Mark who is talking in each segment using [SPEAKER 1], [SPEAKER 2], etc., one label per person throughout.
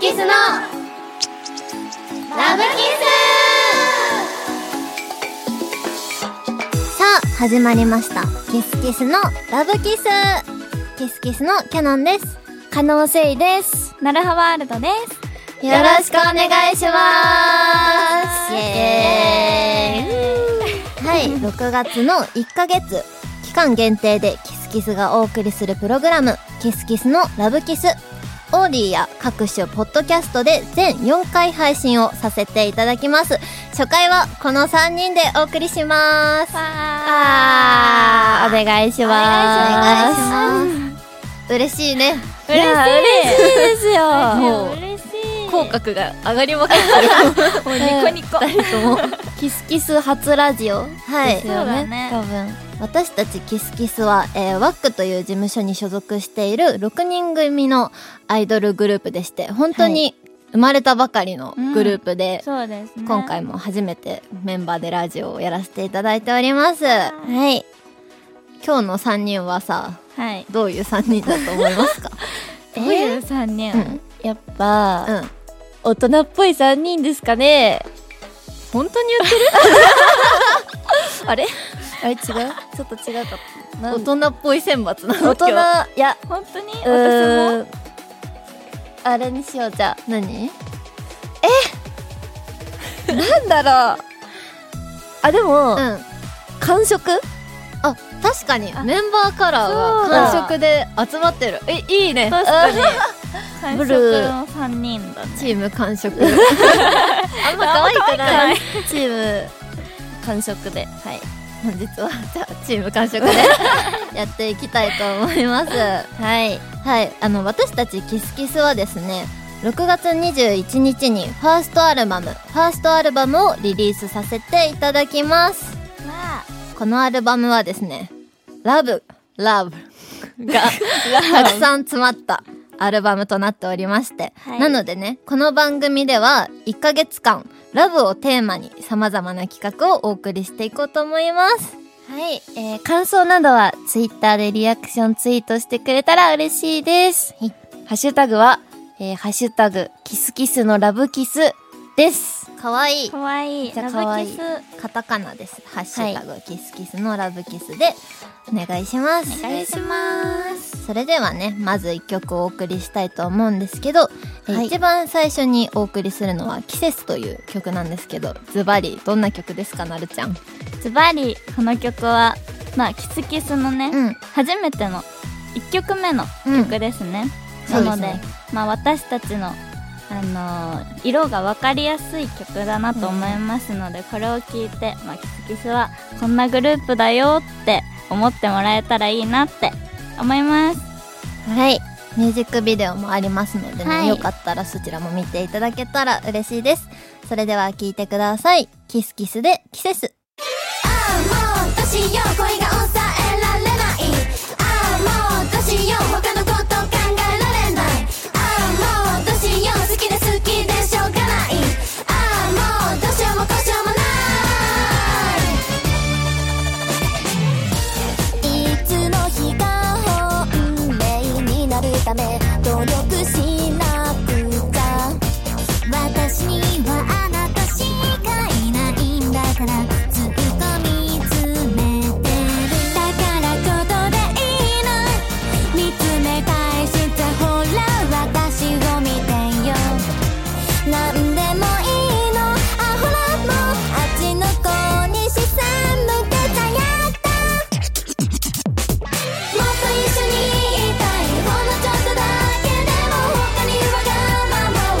[SPEAKER 1] キスのラブキスさあ始まりましたキスキスのラブキスキスキスのキャノンです
[SPEAKER 2] 可能性です。なるはワールドです。
[SPEAKER 1] よろしくお願いします
[SPEAKER 2] イ
[SPEAKER 1] エ
[SPEAKER 2] エ
[SPEAKER 1] ーイはい、6月の1ヶ月、期間限定でキスキスがお送りするプログラム、キスキスのラブキス。オーディや各種ポッドキャストで全4回配信をさせていただきます。初回はこの3人でお送りします。
[SPEAKER 2] わー。お願いします。
[SPEAKER 1] お願いします。嬉しいね。
[SPEAKER 2] いや嬉しいですよ。
[SPEAKER 3] もう
[SPEAKER 2] 嬉しい
[SPEAKER 3] 口角が上がりまくってるもうニコニコ
[SPEAKER 2] 二人ともキスキス初ラジオ。
[SPEAKER 1] はい。
[SPEAKER 2] ですよね
[SPEAKER 1] 多分。私たちキスキスは、えー、ワックという事務所に所属している6人組のアイドルグループでして、本当に生まれたばかりのグループで、
[SPEAKER 2] そうですね。
[SPEAKER 1] 今回も初めてメンバーでラジオをやらせていただいております。はい。今日の3人はさ、
[SPEAKER 2] はい。
[SPEAKER 1] どういう3人だと思いますか
[SPEAKER 2] どういう三人
[SPEAKER 1] う？ん。
[SPEAKER 3] やっぱ、
[SPEAKER 1] うん。
[SPEAKER 3] 大人っぽい3人ですかね本当に 言ってるあれあれ違うちょっと違うかったなん
[SPEAKER 1] 大人っぽい選抜なの
[SPEAKER 3] 大人
[SPEAKER 1] 今日
[SPEAKER 3] いや
[SPEAKER 2] 本当に私
[SPEAKER 3] う
[SPEAKER 2] も
[SPEAKER 3] ーんあれにしようじゃ
[SPEAKER 1] 何
[SPEAKER 3] あなんだろうあでも、
[SPEAKER 1] うん。
[SPEAKER 3] 感触
[SPEAKER 1] あ、確かにメンバーカラー
[SPEAKER 2] そ
[SPEAKER 1] は
[SPEAKER 2] うだ
[SPEAKER 1] 感触で集まってる。え、いいね。
[SPEAKER 2] 確かに
[SPEAKER 3] ん
[SPEAKER 2] 感
[SPEAKER 3] ブ
[SPEAKER 2] 触
[SPEAKER 3] ルー
[SPEAKER 2] の三人だね。
[SPEAKER 1] チーム完食。
[SPEAKER 3] あんま可愛く
[SPEAKER 2] 可
[SPEAKER 3] な
[SPEAKER 2] 愛
[SPEAKER 3] いチーム感触ではい
[SPEAKER 1] 本日はじゃあチーム完食で やっていきたいと思います。はい。はい。あの、私たちキスキスはですね、6月21日にファーストアルバム、ファーストアルバムをリリースさせていただきます。
[SPEAKER 2] まあ
[SPEAKER 1] このアルバムはですね、ラブ、 ラブがたくさん詰まったアルバムとなっておりまして、
[SPEAKER 2] はい
[SPEAKER 1] なのでね、この番組では1ヶ月間、ラブをテーマに様々な企画をお送りしていこうと思います。
[SPEAKER 3] はい、えー感想などはツイッターでリアクションツイートしてくれたら嬉しいです。
[SPEAKER 1] はい
[SPEAKER 3] ハッシュタグは、えーハッシュタグ、キスキスのラブキスです。
[SPEAKER 1] かわいい。
[SPEAKER 2] 可愛い
[SPEAKER 3] じゃ
[SPEAKER 2] ラ
[SPEAKER 3] あ可
[SPEAKER 2] ブ
[SPEAKER 3] 愛
[SPEAKER 2] キ
[SPEAKER 3] い
[SPEAKER 2] ス。
[SPEAKER 1] カタカナです。ハッシュタグ、キスキスのラブキスでお願いします。
[SPEAKER 2] お願いします。
[SPEAKER 1] それではね、まず1曲お送りしたいと思うんですけど、え
[SPEAKER 3] はい
[SPEAKER 1] 一番最初にお送りするのは「季節」という曲なんですけどズバリどんな曲ですかなるちゃん。
[SPEAKER 2] ズバリこの曲はまあキスキスのね、
[SPEAKER 1] うん
[SPEAKER 2] 初めての1曲目の
[SPEAKER 1] うん
[SPEAKER 2] 曲ですね、
[SPEAKER 1] そうで
[SPEAKER 2] な
[SPEAKER 1] す
[SPEAKER 2] ので
[SPEAKER 1] ね
[SPEAKER 2] まあ、私たちの、あのー色が分かりやすい曲だなと思いますので、これを聴いて、まあ、キスキスはこんなグループだよって思ってもらえたらいいなって思い ます
[SPEAKER 1] はいミュージックビデオもありますのでね、
[SPEAKER 2] はい
[SPEAKER 1] よかったらそちらも見ていただけたら嬉しいです。それでは聴いてください。キスキスで季節。
[SPEAKER 4] ああもうどうしよう恋が抑えられないああもうどうしよう他のこと考えられないああもうどうしよう好きで好きでしょうがないああもうどうしようもこうしようもないいつの日か本命になるため努力しなくちゃ私にはあなたしかいないんだからずっと見つめてるだからことでいいの見つめ返してほら私を見てよなんでもいいのあほらもうあっちの子に視線向けちゃやったもっと一緒にいたいほんのちょっとだけでも他には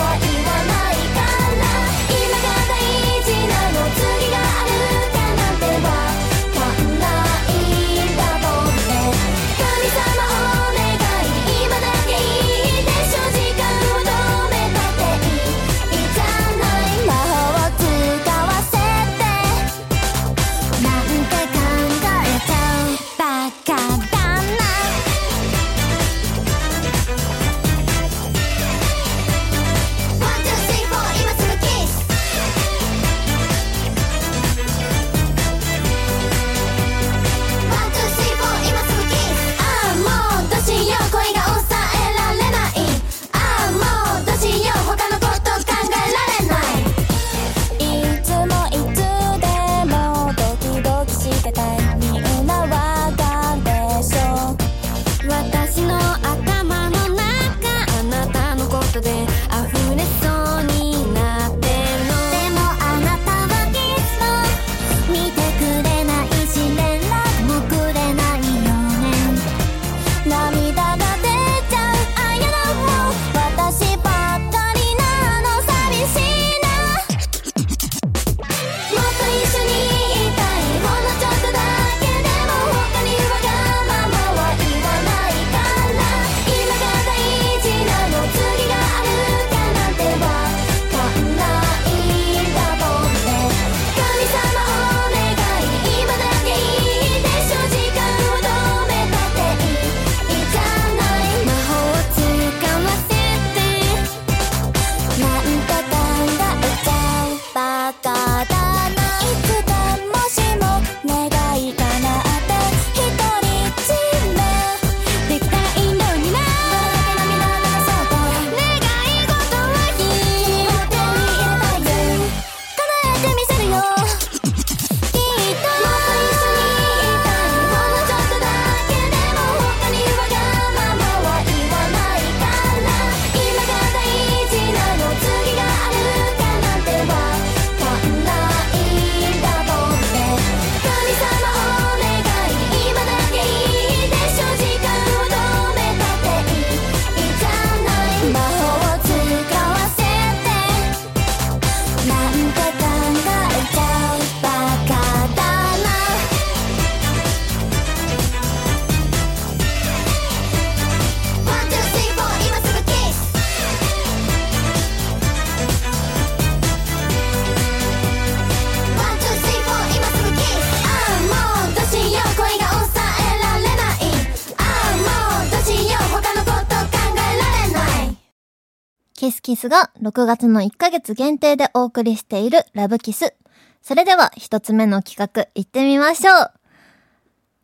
[SPEAKER 1] キスキスが6月の1ヶ月限定でお送りしているラブキス。それでは一つ目の企画行ってみましょう。妄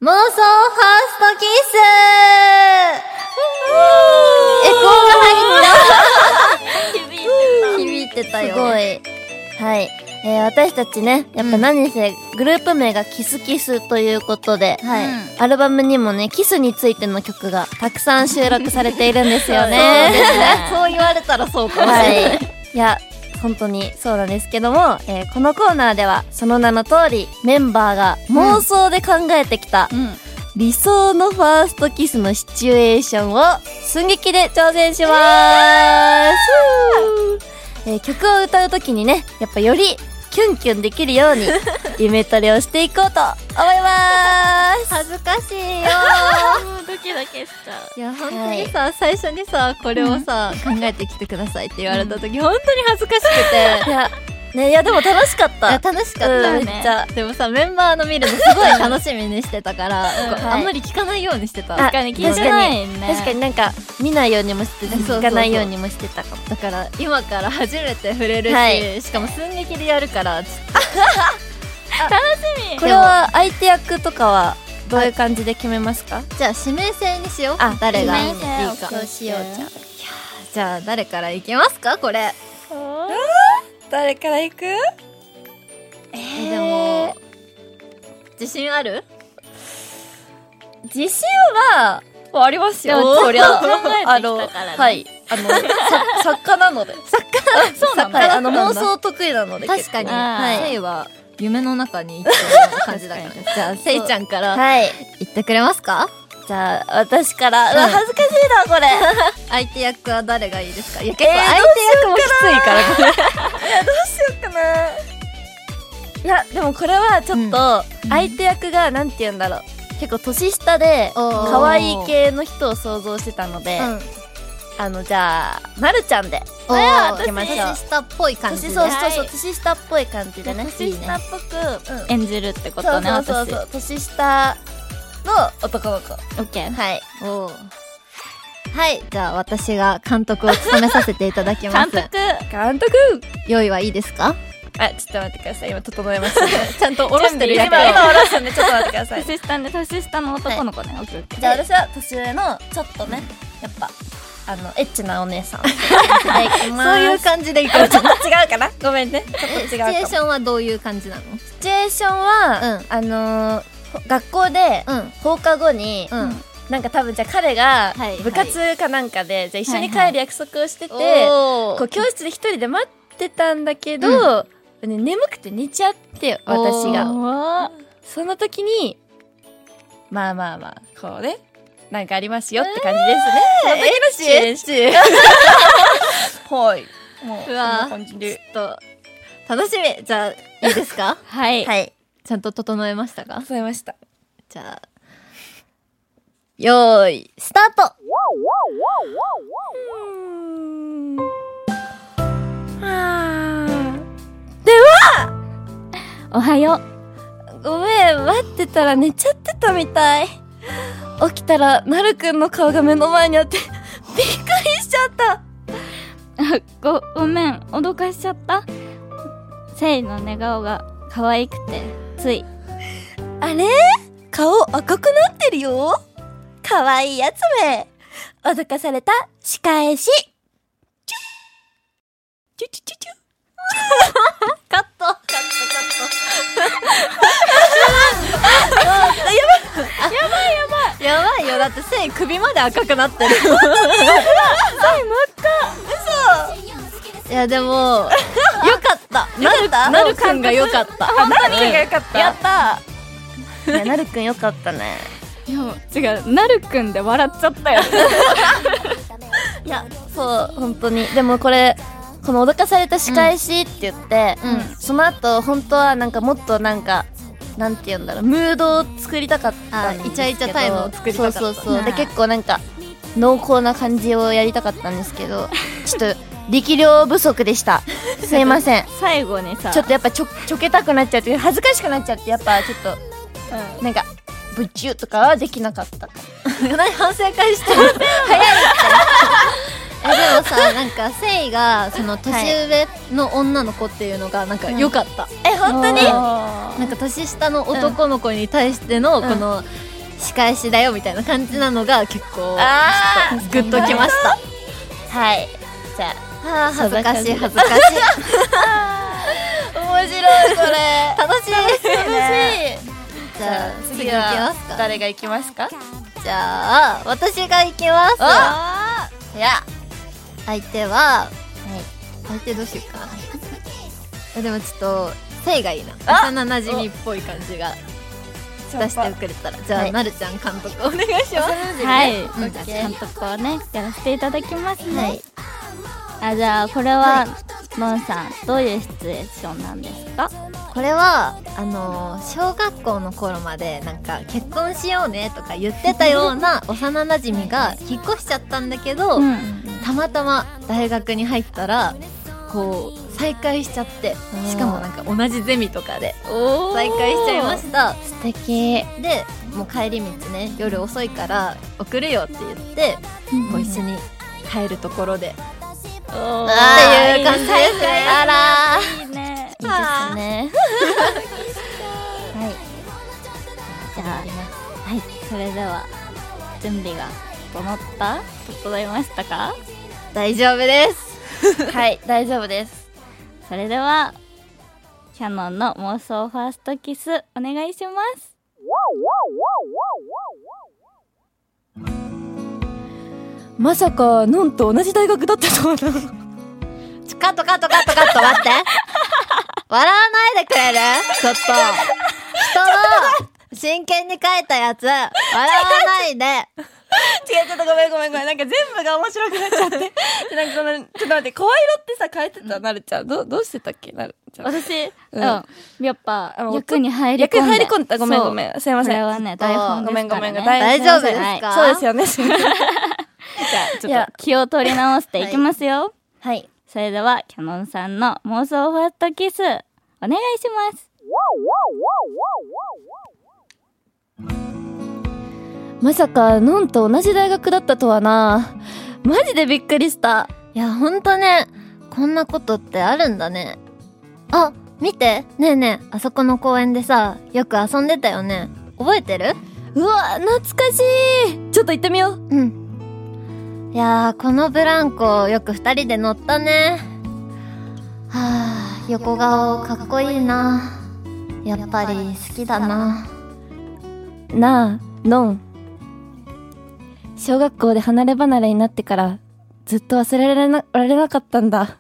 [SPEAKER 1] 想ファーストキスエコーが入った響いてた。響いてた
[SPEAKER 3] す
[SPEAKER 1] よ。
[SPEAKER 3] ごい。はい。えー私たちね、やっぱ何せ、グループ名がキスキスということで、
[SPEAKER 1] はい。
[SPEAKER 2] うん
[SPEAKER 3] アルバムにもね、キスについての曲がたくさん収録されているんですよ
[SPEAKER 1] そうで
[SPEAKER 3] ね。
[SPEAKER 1] すねそう言われたら そうかもしれ
[SPEAKER 3] は
[SPEAKER 1] ない。
[SPEAKER 3] い。いや、本当にそうなんですけども、えーこのコーナーでは、その名の通り、メンバーが妄想で考えてきた、
[SPEAKER 2] うん
[SPEAKER 3] 理想のファーストキスのシチュエーションを寸劇で挑戦します、えー曲を歌う時にねやっぱよりキュンキュンでき るように夢トレをしていこうと思います
[SPEAKER 1] 恥ずかしいよ。
[SPEAKER 2] もうドキドキしちゃう
[SPEAKER 3] いや本
[SPEAKER 1] 当に
[SPEAKER 3] さ、最初にさこれをさ、考えてきてくださいって言われた時、本当に恥ずかしくていや,、ね、いやでも楽しかっ
[SPEAKER 1] いや
[SPEAKER 3] た
[SPEAKER 1] 楽しか
[SPEAKER 3] う
[SPEAKER 1] っ
[SPEAKER 2] ね
[SPEAKER 1] た。
[SPEAKER 3] んめっちゃでもさメンバーの見るのすごい楽しみにしてたから、 こう
[SPEAKER 1] はい
[SPEAKER 3] あんまり聞かないようにしてた
[SPEAKER 2] 確かに聞いてないね
[SPEAKER 3] 確かになんか見ないようにもしてたし
[SPEAKER 1] そうそうそう
[SPEAKER 3] 聞かないようにもしてたかも
[SPEAKER 1] だから、
[SPEAKER 3] 今から初めて触れ
[SPEAKER 1] るし
[SPEAKER 3] しかも寸劇でやるから
[SPEAKER 2] 楽しみ
[SPEAKER 3] これは相手役とかはどういう感じで決めますか
[SPEAKER 1] じゃあ指名制にしよう。
[SPEAKER 3] あ
[SPEAKER 1] 誰が
[SPEAKER 2] 指名制
[SPEAKER 1] いいか。
[SPEAKER 2] そうしようじゃん
[SPEAKER 1] じゃあ誰からいきますかこれ。
[SPEAKER 3] 誰から行く
[SPEAKER 1] えでも自信ある？
[SPEAKER 3] 自信はあります
[SPEAKER 2] でもちょっと
[SPEAKER 3] そりゃ
[SPEAKER 2] 考えてきたからね
[SPEAKER 3] あのはいあ のさ作家なので作家そう
[SPEAKER 2] なの
[SPEAKER 3] はいあの
[SPEAKER 2] 作家な
[SPEAKER 3] 妄
[SPEAKER 2] んだ
[SPEAKER 3] 想得意なので
[SPEAKER 1] 確かに。
[SPEAKER 3] 結
[SPEAKER 2] あー
[SPEAKER 1] はい。
[SPEAKER 3] せ
[SPEAKER 1] せ
[SPEAKER 3] い
[SPEAKER 1] いは夢の中に行ってる感じだから。
[SPEAKER 2] 確
[SPEAKER 1] じゃあ
[SPEAKER 3] 構せいちゃんから
[SPEAKER 1] はい。言ってくれますか？
[SPEAKER 3] じゃあ私から、うわ
[SPEAKER 1] うん
[SPEAKER 3] 恥ずかしいなこれ
[SPEAKER 1] 相手役は誰がいいですか？いや
[SPEAKER 3] 結構相手役もきついからこれいやどうしようかないやでもこれはちょっ
[SPEAKER 1] う
[SPEAKER 3] と
[SPEAKER 1] ん
[SPEAKER 3] 相手役がなんて言うんだろう結構年下で
[SPEAKER 1] おー
[SPEAKER 3] 可愛い系の人を想像してたので、
[SPEAKER 1] うん。
[SPEAKER 3] あのじゃあなるちゃんで
[SPEAKER 1] お
[SPEAKER 3] ー
[SPEAKER 1] ー年下っぽい感じ
[SPEAKER 3] 年
[SPEAKER 1] で。
[SPEAKER 3] そう
[SPEAKER 2] ね
[SPEAKER 3] そうそう年下っぽい感じで
[SPEAKER 1] いい
[SPEAKER 3] ね
[SPEAKER 1] ね
[SPEAKER 3] 年下っぽく、うん
[SPEAKER 2] 演じるってこ
[SPEAKER 3] そ
[SPEAKER 2] と
[SPEAKER 3] う
[SPEAKER 2] ね
[SPEAKER 3] そう
[SPEAKER 2] 私
[SPEAKER 3] そうそう年下の男の子
[SPEAKER 2] オッケー
[SPEAKER 3] はい
[SPEAKER 1] おーはい。じゃあ私が監督を務めさせていただきま
[SPEAKER 2] 監
[SPEAKER 1] す。
[SPEAKER 2] 督
[SPEAKER 3] 監督
[SPEAKER 1] 用意はいいですか？
[SPEAKER 3] あちょっと待ってください今整えました、ちゃんと下
[SPEAKER 2] ろしてる役を
[SPEAKER 3] 今今下ろしたんでちょっと待ってください
[SPEAKER 2] 年下ね年下の男の子ねオッケーオッケー
[SPEAKER 3] じゃあ私は年上のちょっとねやっぱあのエッチなお姉さんいただきます
[SPEAKER 1] そういう感じでいく。
[SPEAKER 3] あちょっと違うかなごめんねちょっと違う
[SPEAKER 1] シチ
[SPEAKER 3] か
[SPEAKER 1] ュ
[SPEAKER 3] も
[SPEAKER 1] エー
[SPEAKER 3] シ
[SPEAKER 1] ションはどういう感じなの？
[SPEAKER 3] チュエーションは、あのーほ学校で
[SPEAKER 1] うん
[SPEAKER 3] 放課後に、
[SPEAKER 1] うん。
[SPEAKER 3] なんか多分じゃあ彼が
[SPEAKER 1] はいはい
[SPEAKER 3] 部活かなんかで、じゃあ一緒に
[SPEAKER 2] はいは
[SPEAKER 3] 帰
[SPEAKER 2] い
[SPEAKER 3] る約束をしてて、
[SPEAKER 1] おー
[SPEAKER 3] こう教室で一人で待ってたんだけど、ね眠くて寝ちゃって私が
[SPEAKER 2] が
[SPEAKER 3] その時に、まあまあまあ、こうね、なんかありますよって感じですね。その時のシチュエーション。はい。もう、
[SPEAKER 1] うわ
[SPEAKER 3] こんな感じで。
[SPEAKER 1] ちょっと楽しみじゃあいいですか
[SPEAKER 2] はい
[SPEAKER 1] はいちゃんと整えましたか
[SPEAKER 3] そうました。
[SPEAKER 1] じゃあよーいスタート
[SPEAKER 2] おはよ
[SPEAKER 3] ごめん、待ってたら寝ちゃってたみたい。起きたら、なるくんの顔が目の前にあって、びっくりしちゃっ
[SPEAKER 2] う
[SPEAKER 3] た。
[SPEAKER 2] ごごめん脅かしちゃったせいの寝顔が可愛くてつい
[SPEAKER 3] あれ顔赤くなってるよ。かわいいやつめ。脅かされた仕返し。チュッチュチュチュチュ
[SPEAKER 1] カットカット カットやばいやばいやばいよだって背首まで赤くなってるいやでも よかったなるなるくんがよかった
[SPEAKER 3] あ、なるくんがよかっ
[SPEAKER 1] やった
[SPEAKER 3] た。いや、なるくんよかったね。
[SPEAKER 2] いや違うなるくんで笑っちゃったよ
[SPEAKER 3] いや、そう、本当に。でもこれ、この脅かされた仕返しって言って、
[SPEAKER 1] うん
[SPEAKER 3] その後、本当はなんかもっとなんか、なんて言うんだろう、ムードを作りたかったんですけど。
[SPEAKER 1] あイチャイチャタイムを作りたかった
[SPEAKER 3] そうそうそう。で、
[SPEAKER 2] うん
[SPEAKER 3] 結構なんか、濃厚な感じをやりたかったんですけ ど、ちょっと、力量不足でした。すいません。
[SPEAKER 2] 最後にさ
[SPEAKER 3] ちょっとやっぱちょちょけたくなっちゃって恥ずかしくなっちゃってやっぱちょっとなんかブチューとかはで きなかったかも何反省会してる
[SPEAKER 1] えでもさなんなんか誠意がその年上の女の子っていうのがなんか良かった、え本当に
[SPEAKER 3] な
[SPEAKER 1] なんん
[SPEAKER 3] か
[SPEAKER 1] か年下の男の子に対してのこの仕返しだよみたいな感じなのが結構
[SPEAKER 3] あ
[SPEAKER 1] グッときました
[SPEAKER 2] はいじゃ
[SPEAKER 1] あー恥ずかしい恥ずかしい
[SPEAKER 3] ー 面白いこれ
[SPEAKER 1] 楽しい
[SPEAKER 3] 楽しい
[SPEAKER 1] じゃあ次行きますか
[SPEAKER 3] 誰が行きますか
[SPEAKER 1] じゃあ私が行きます
[SPEAKER 3] あいや
[SPEAKER 1] 相手は、相手どうしようかえ でもちょっと性がいいな幼馴染みっぽい感じが出してくれたらじゃあ、
[SPEAKER 2] はい
[SPEAKER 1] なるちゃん監督お願いします
[SPEAKER 2] あはい、
[SPEAKER 1] ん
[SPEAKER 2] じゃあ監督をねやらせていただきますね、
[SPEAKER 1] はい
[SPEAKER 2] あじゃあこれはのんさんどういうシチュエーションなんですか
[SPEAKER 1] これはあのー小学校の頃までなんか結婚しようねとか言ってたような幼馴染みが引っ越しちゃったんだけど、
[SPEAKER 2] うん
[SPEAKER 1] たまたま大学に入ったらこう再会しちゃってしかもなんか同じゼミとかで
[SPEAKER 3] おー
[SPEAKER 1] 再会しちゃいました
[SPEAKER 2] 素敵
[SPEAKER 1] でもう帰り道ね夜遅いから送るよって言って、こう一緒に帰るところで、
[SPEAKER 3] お
[SPEAKER 1] っ
[SPEAKER 3] ー
[SPEAKER 1] ていう感じですねあら
[SPEAKER 2] いいね
[SPEAKER 1] いいですね
[SPEAKER 2] はいじゃあはいそれでは準備が整った整いましたか
[SPEAKER 1] 大丈夫です
[SPEAKER 2] はい大丈夫ですそれではキャノンの妄想ファーストキスお願いします
[SPEAKER 3] まさかのんと同じ大学だったとはな
[SPEAKER 1] ちょカットカットカットカット 待って笑わないでくれるち ょっと人の真剣に書いたやつ笑わないで
[SPEAKER 3] 違う、ちょっとごめんごめんごめん。なんか全部が面白くなっちゃ って。でなんかこの、ちょっと待って、声色ってさ、変えてた、なるちゃん。どう、どうしてたっけなるちゃん。
[SPEAKER 2] 私、
[SPEAKER 3] う
[SPEAKER 2] うんん、やっぱ
[SPEAKER 3] あの
[SPEAKER 2] 役に入り込んで
[SPEAKER 3] 役に入り込んでた。ごめん
[SPEAKER 2] そう
[SPEAKER 3] ごめん。すいません。
[SPEAKER 2] これはね台本で
[SPEAKER 3] ご
[SPEAKER 2] すからね
[SPEAKER 3] めんごめんごめん。
[SPEAKER 1] 大丈夫です
[SPEAKER 2] はい
[SPEAKER 1] か、
[SPEAKER 3] そうですよね。す いませんじゃあ、ち
[SPEAKER 2] い
[SPEAKER 3] ょっ
[SPEAKER 2] や気を取り直していきますよ、
[SPEAKER 1] はい
[SPEAKER 2] それではキャノンさんの妄想ファーストキスお願いします
[SPEAKER 3] と。まさか、のんと同じ大学だったとはな。マジでびっくりした。
[SPEAKER 1] いやほんとねこんなことってあるんだねあ見てねえねえあそこの公園でさよく遊んでたよね覚えてる
[SPEAKER 3] うわ、懐かしい。ちょっと行ってみよう。
[SPEAKER 1] うんいやーこのブランコよく2人で乗ったねはあ横顔かっこいいなやっぱり好きだな
[SPEAKER 5] なあのん小学校で離れ離れになってからずっと忘れられなられなかったんだ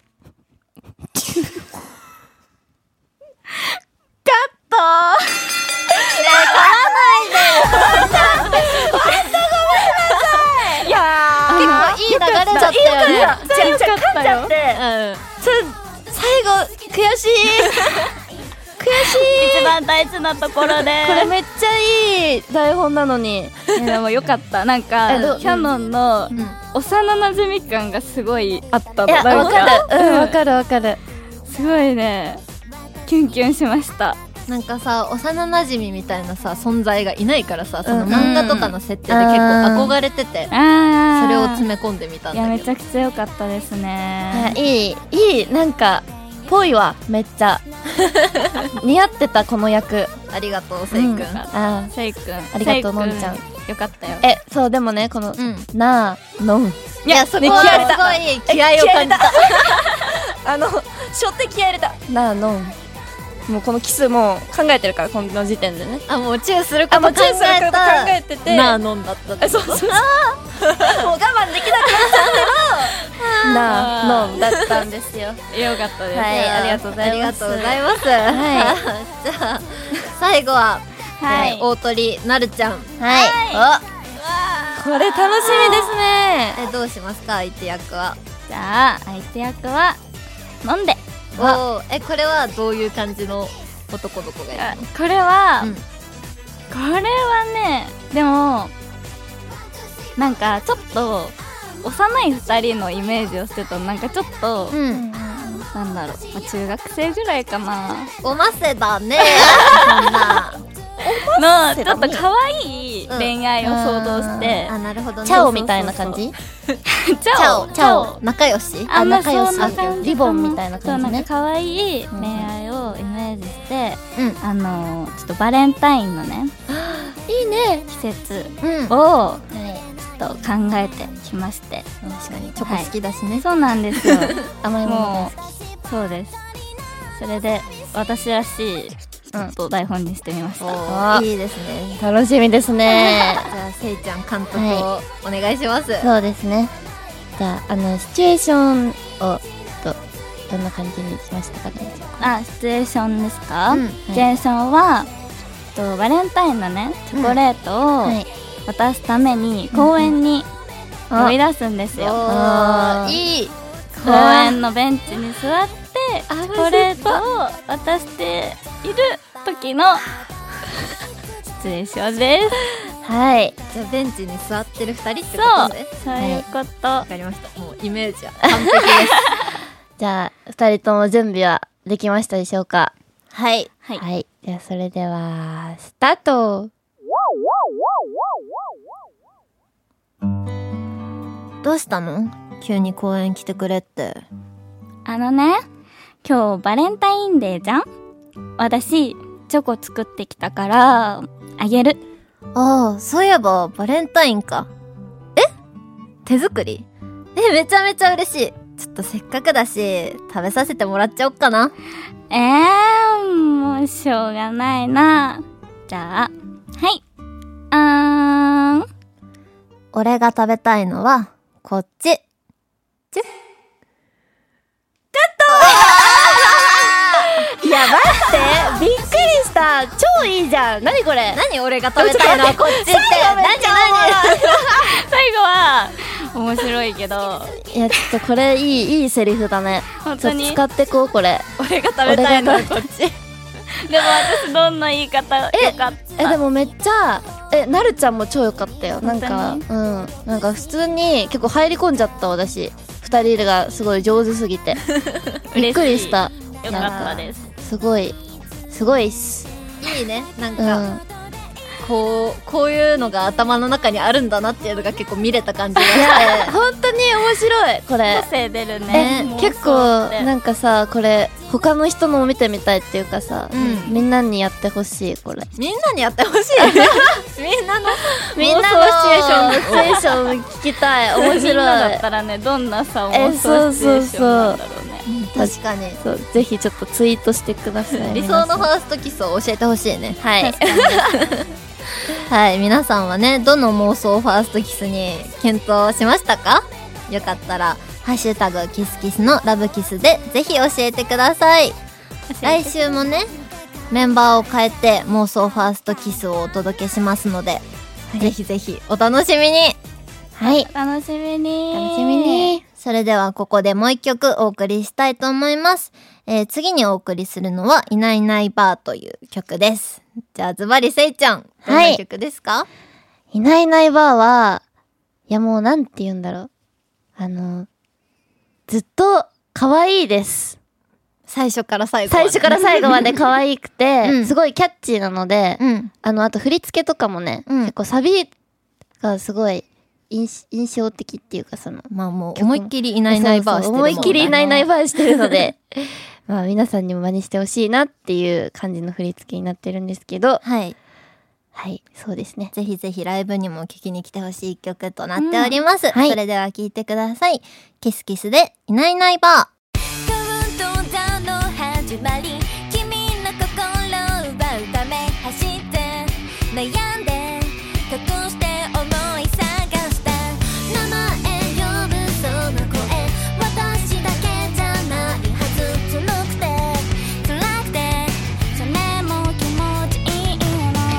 [SPEAKER 1] 結構いい流れだったよね
[SPEAKER 3] ちゃちゃっちゃって。
[SPEAKER 5] 最後悔しい
[SPEAKER 2] 一番大事なところで
[SPEAKER 5] これめっちゃいい台本なのに
[SPEAKER 2] いやでもよかったなん
[SPEAKER 5] えど
[SPEAKER 2] かキャノンの
[SPEAKER 1] ん
[SPEAKER 2] 幼なじみ感がすごいあったの
[SPEAKER 5] いや
[SPEAKER 2] なん
[SPEAKER 5] わかるうんわかるわかる
[SPEAKER 2] すごいねキュンキュンしました
[SPEAKER 1] なんかさ幼なじみみたいなさ存在がいないからさその漫画とかの設定で結構憧れてて
[SPEAKER 2] あー
[SPEAKER 1] それを詰め込んでみたん
[SPEAKER 2] いや
[SPEAKER 1] だ
[SPEAKER 2] め
[SPEAKER 1] け
[SPEAKER 2] ち
[SPEAKER 1] ど
[SPEAKER 2] ゃくちゃ良かったですね
[SPEAKER 5] いいいいなんかぽいわめっち ゃ似合ってたこの役
[SPEAKER 1] ありがとうせいくん
[SPEAKER 5] うんあ
[SPEAKER 2] せいくんあ
[SPEAKER 5] りがとうのんちゃん
[SPEAKER 2] よかったよ
[SPEAKER 5] ーえそうでもねこの、
[SPEAKER 1] うん
[SPEAKER 5] なあのん
[SPEAKER 1] いやそこはすごい気合を感じた
[SPEAKER 3] あの、しょって気合入れた。
[SPEAKER 5] なあのん
[SPEAKER 3] もうこのキスも考えてるから、この時点でね。
[SPEAKER 1] あもうチューするこ
[SPEAKER 3] あ、
[SPEAKER 1] と
[SPEAKER 3] も
[SPEAKER 1] 考
[SPEAKER 3] うチューする
[SPEAKER 1] え
[SPEAKER 3] こと考
[SPEAKER 1] た
[SPEAKER 3] えてて。
[SPEAKER 1] なあ飲んだった
[SPEAKER 3] えそうそうそう。もう我慢できなく
[SPEAKER 5] なあのんだったんです
[SPEAKER 2] です よよかったです
[SPEAKER 1] はいありがとうございますありがとうございます、じゃあ最後は、
[SPEAKER 2] はい
[SPEAKER 1] えー大鳥なるちゃん
[SPEAKER 5] はい
[SPEAKER 3] これ楽しみですね。
[SPEAKER 1] えどうしますか相手役は
[SPEAKER 2] じゃあ相手役は飲んで
[SPEAKER 1] おーえこれはどういう感じの男の子がいるの
[SPEAKER 2] これは、
[SPEAKER 1] うん
[SPEAKER 2] これはねでもなんかちょっと幼い2人のイメージをしてたのなんかちょっと、
[SPEAKER 1] うん、
[SPEAKER 2] なんだろう、まあ中学生ぐらいかな
[SPEAKER 1] おませだねそんな
[SPEAKER 2] のちょっと可愛い
[SPEAKER 1] うん
[SPEAKER 2] 恋愛を想像して、
[SPEAKER 1] あなるほどね
[SPEAKER 5] チャオみたいな感じ
[SPEAKER 2] チ
[SPEAKER 1] チャオチ
[SPEAKER 2] チャ
[SPEAKER 1] ャ
[SPEAKER 2] オ
[SPEAKER 1] オ仲良し
[SPEAKER 2] あんまそ
[SPEAKER 5] 仲良し
[SPEAKER 2] んな感じ
[SPEAKER 5] リボンみたいな感じ
[SPEAKER 2] そ
[SPEAKER 5] ね
[SPEAKER 2] うなんか可愛い恋愛をイメージして、
[SPEAKER 1] うん
[SPEAKER 2] あのちょっとバレンタインのね
[SPEAKER 1] いいね
[SPEAKER 2] 季節
[SPEAKER 1] うん
[SPEAKER 2] をちょっと考えてきまして
[SPEAKER 1] 確かにチョコ好きだしね、
[SPEAKER 2] そうなんですよ
[SPEAKER 5] 甘いもの
[SPEAKER 2] もうそうですそれで私らしいちょっと台本にしてみました、
[SPEAKER 1] おーいいですね
[SPEAKER 5] 楽しみですね
[SPEAKER 1] じゃあせいちゃん監督をお願いします、
[SPEAKER 5] そうですね。じゃあ、あの、シチュエーションを、ど、どんな感じにしましたかね。
[SPEAKER 2] あシチュエーションですか、
[SPEAKER 1] うんはい
[SPEAKER 2] シチュエーションはえっとバレンタインのねチョコレート
[SPEAKER 5] は
[SPEAKER 2] を
[SPEAKER 5] い。
[SPEAKER 2] 渡すために公園に飛び出すんですよ、
[SPEAKER 1] おーいい
[SPEAKER 2] 公園のベンチに座ってチョコレートを渡している時の シチュエーションです
[SPEAKER 5] はい。
[SPEAKER 1] じゃあベンチに座ってる二人って
[SPEAKER 2] そ
[SPEAKER 1] こと
[SPEAKER 2] う
[SPEAKER 1] ね
[SPEAKER 2] そういうこと、
[SPEAKER 1] わかりましたもうイメージは完 璧です
[SPEAKER 5] じゃあ、二人とも準備はできましたでしょうか
[SPEAKER 1] はい
[SPEAKER 2] はい
[SPEAKER 5] はい。じゃあ、それでは、スタート
[SPEAKER 1] どうしたの急に公園来てくれって
[SPEAKER 2] あのね今日バレンタインデーじゃん私チョコ作ってきたからあげる
[SPEAKER 1] ああそういえばバレンタインかえ手作りえめちゃめちゃ嬉しいちょっとせっかくだし食べさせてもらっちゃおっかな
[SPEAKER 2] えー、もうしょうがないなじゃあはいあーん
[SPEAKER 1] 俺が食べたいのはこっち
[SPEAKER 5] い や、待ってびっくりした超いいじゃん何これ
[SPEAKER 1] 何俺が食べたいのはこっちって何じゃ
[SPEAKER 2] 最後は面白いけど
[SPEAKER 5] いや、ちょっとこれいい、いいセリフだね。
[SPEAKER 2] 本当
[SPEAKER 5] ちょっと
[SPEAKER 2] に
[SPEAKER 5] 使ってこう、これ。
[SPEAKER 3] 俺が食べたいのはこっち
[SPEAKER 2] でも私どんな言い方よかっ
[SPEAKER 5] え
[SPEAKER 2] た
[SPEAKER 5] でもめっちゃえなるちゃんも超良かったよなんかう
[SPEAKER 2] 本
[SPEAKER 5] んなんか普通に結構入り込んじゃった私二人がすごい上手 すぎて
[SPEAKER 2] い
[SPEAKER 5] びっくりした
[SPEAKER 2] よ
[SPEAKER 5] な
[SPEAKER 2] か
[SPEAKER 5] ん
[SPEAKER 2] ったです
[SPEAKER 5] すごいすごいっす
[SPEAKER 1] ないいいねなん
[SPEAKER 5] う
[SPEAKER 1] か、
[SPEAKER 5] ん
[SPEAKER 1] こうこういうのが頭の中にあるんだなっていうのが結構見れた感じがし
[SPEAKER 5] いや
[SPEAKER 1] て
[SPEAKER 5] 本当に面白いこれ
[SPEAKER 2] 個性出る
[SPEAKER 5] え
[SPEAKER 2] ね妄想
[SPEAKER 5] 結構
[SPEAKER 2] って
[SPEAKER 5] なんかさこれ他の人のも見てみたいっていうかさ、
[SPEAKER 1] うん
[SPEAKER 5] みんなにやってほしいこれ
[SPEAKER 1] みんなにやってほ しいみんなの
[SPEAKER 5] みんなのシチュエーション聞きたい
[SPEAKER 2] み
[SPEAKER 5] 面
[SPEAKER 2] んな
[SPEAKER 5] 白
[SPEAKER 2] だ
[SPEAKER 5] い
[SPEAKER 2] ったらねどんなさ
[SPEAKER 5] え
[SPEAKER 2] 妄想シチュエーションなんだろうね
[SPEAKER 1] 確かに
[SPEAKER 5] そうぜひちょっとツイートしてくださ い
[SPEAKER 1] 理想のファーストキスを教えてほしいね
[SPEAKER 5] はい
[SPEAKER 1] はい、皆さんはね、どの妄想ファーストキスに検討しましたかよかったら、ハッシュタグキスキスのラブキスでぜひ教えてください。来週もね、メンバーを変えて妄想ファーストキスをお届けしますので、ぜひぜひお楽しみに
[SPEAKER 5] はい
[SPEAKER 2] 楽しみに
[SPEAKER 5] 楽しみに
[SPEAKER 1] それではここでもう一曲お送りしたいと思います。えー次にお送りするのは、いないいないバーという曲です。じゃあズバリせいちゃん、どん
[SPEAKER 5] は
[SPEAKER 1] ない曲ですか、
[SPEAKER 5] いないいないばあは、いやもうなんて言うんだろう。あの、ずっと可愛いです。
[SPEAKER 1] 最初から最後ま
[SPEAKER 5] 最
[SPEAKER 1] で
[SPEAKER 5] 初から最後まで可愛くて、
[SPEAKER 1] うん
[SPEAKER 5] すごいキャッチーなので、
[SPEAKER 1] うん。
[SPEAKER 5] あの、あと振り付けとかもね、
[SPEAKER 1] うん
[SPEAKER 5] 結構サビがすごい印印象的っていうかその、
[SPEAKER 1] まあもう
[SPEAKER 5] 曲も
[SPEAKER 1] 思いっきりいないいないバーしてるもん
[SPEAKER 5] 思
[SPEAKER 1] ね
[SPEAKER 5] いっきりいないいないばあしてる ので、 まあ皆さんにも真似してほしいなっていう感じの振り付けになってるんですけど、
[SPEAKER 1] はい。
[SPEAKER 5] はい、そうですね。
[SPEAKER 1] ぜひぜひライブにも聴きに来てほしい曲となっております。
[SPEAKER 5] はい
[SPEAKER 1] それでは聴いてください。キスキスでいないいないバ
[SPEAKER 4] カウントダウンの始まり君の心を奪うため走って悩んで隠して思い探した名前呼ぶその声私だけじゃないはず辛くて辛くてそれも気持ちいいの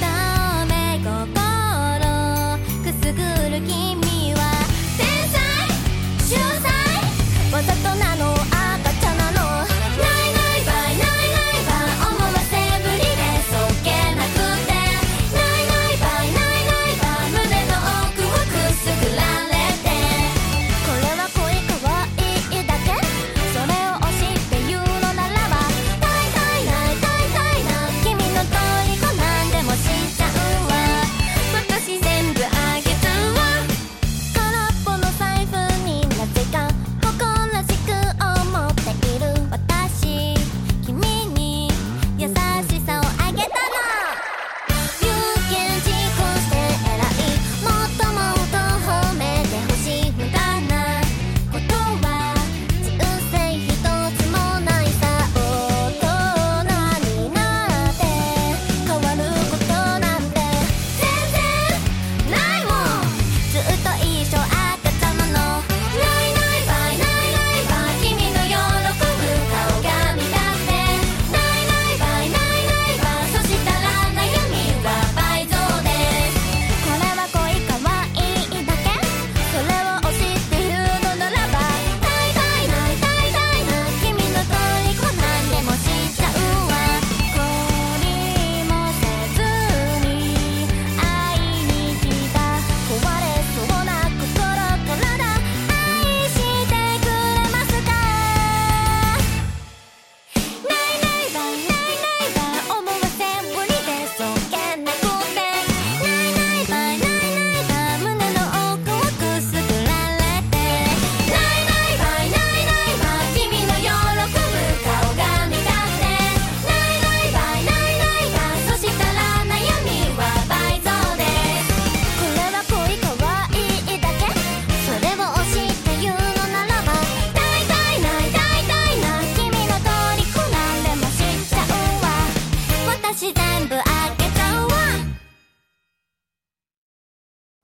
[SPEAKER 4] ダメ心くすぐる君は天才秀才わざとなの赤ちゃんなのないない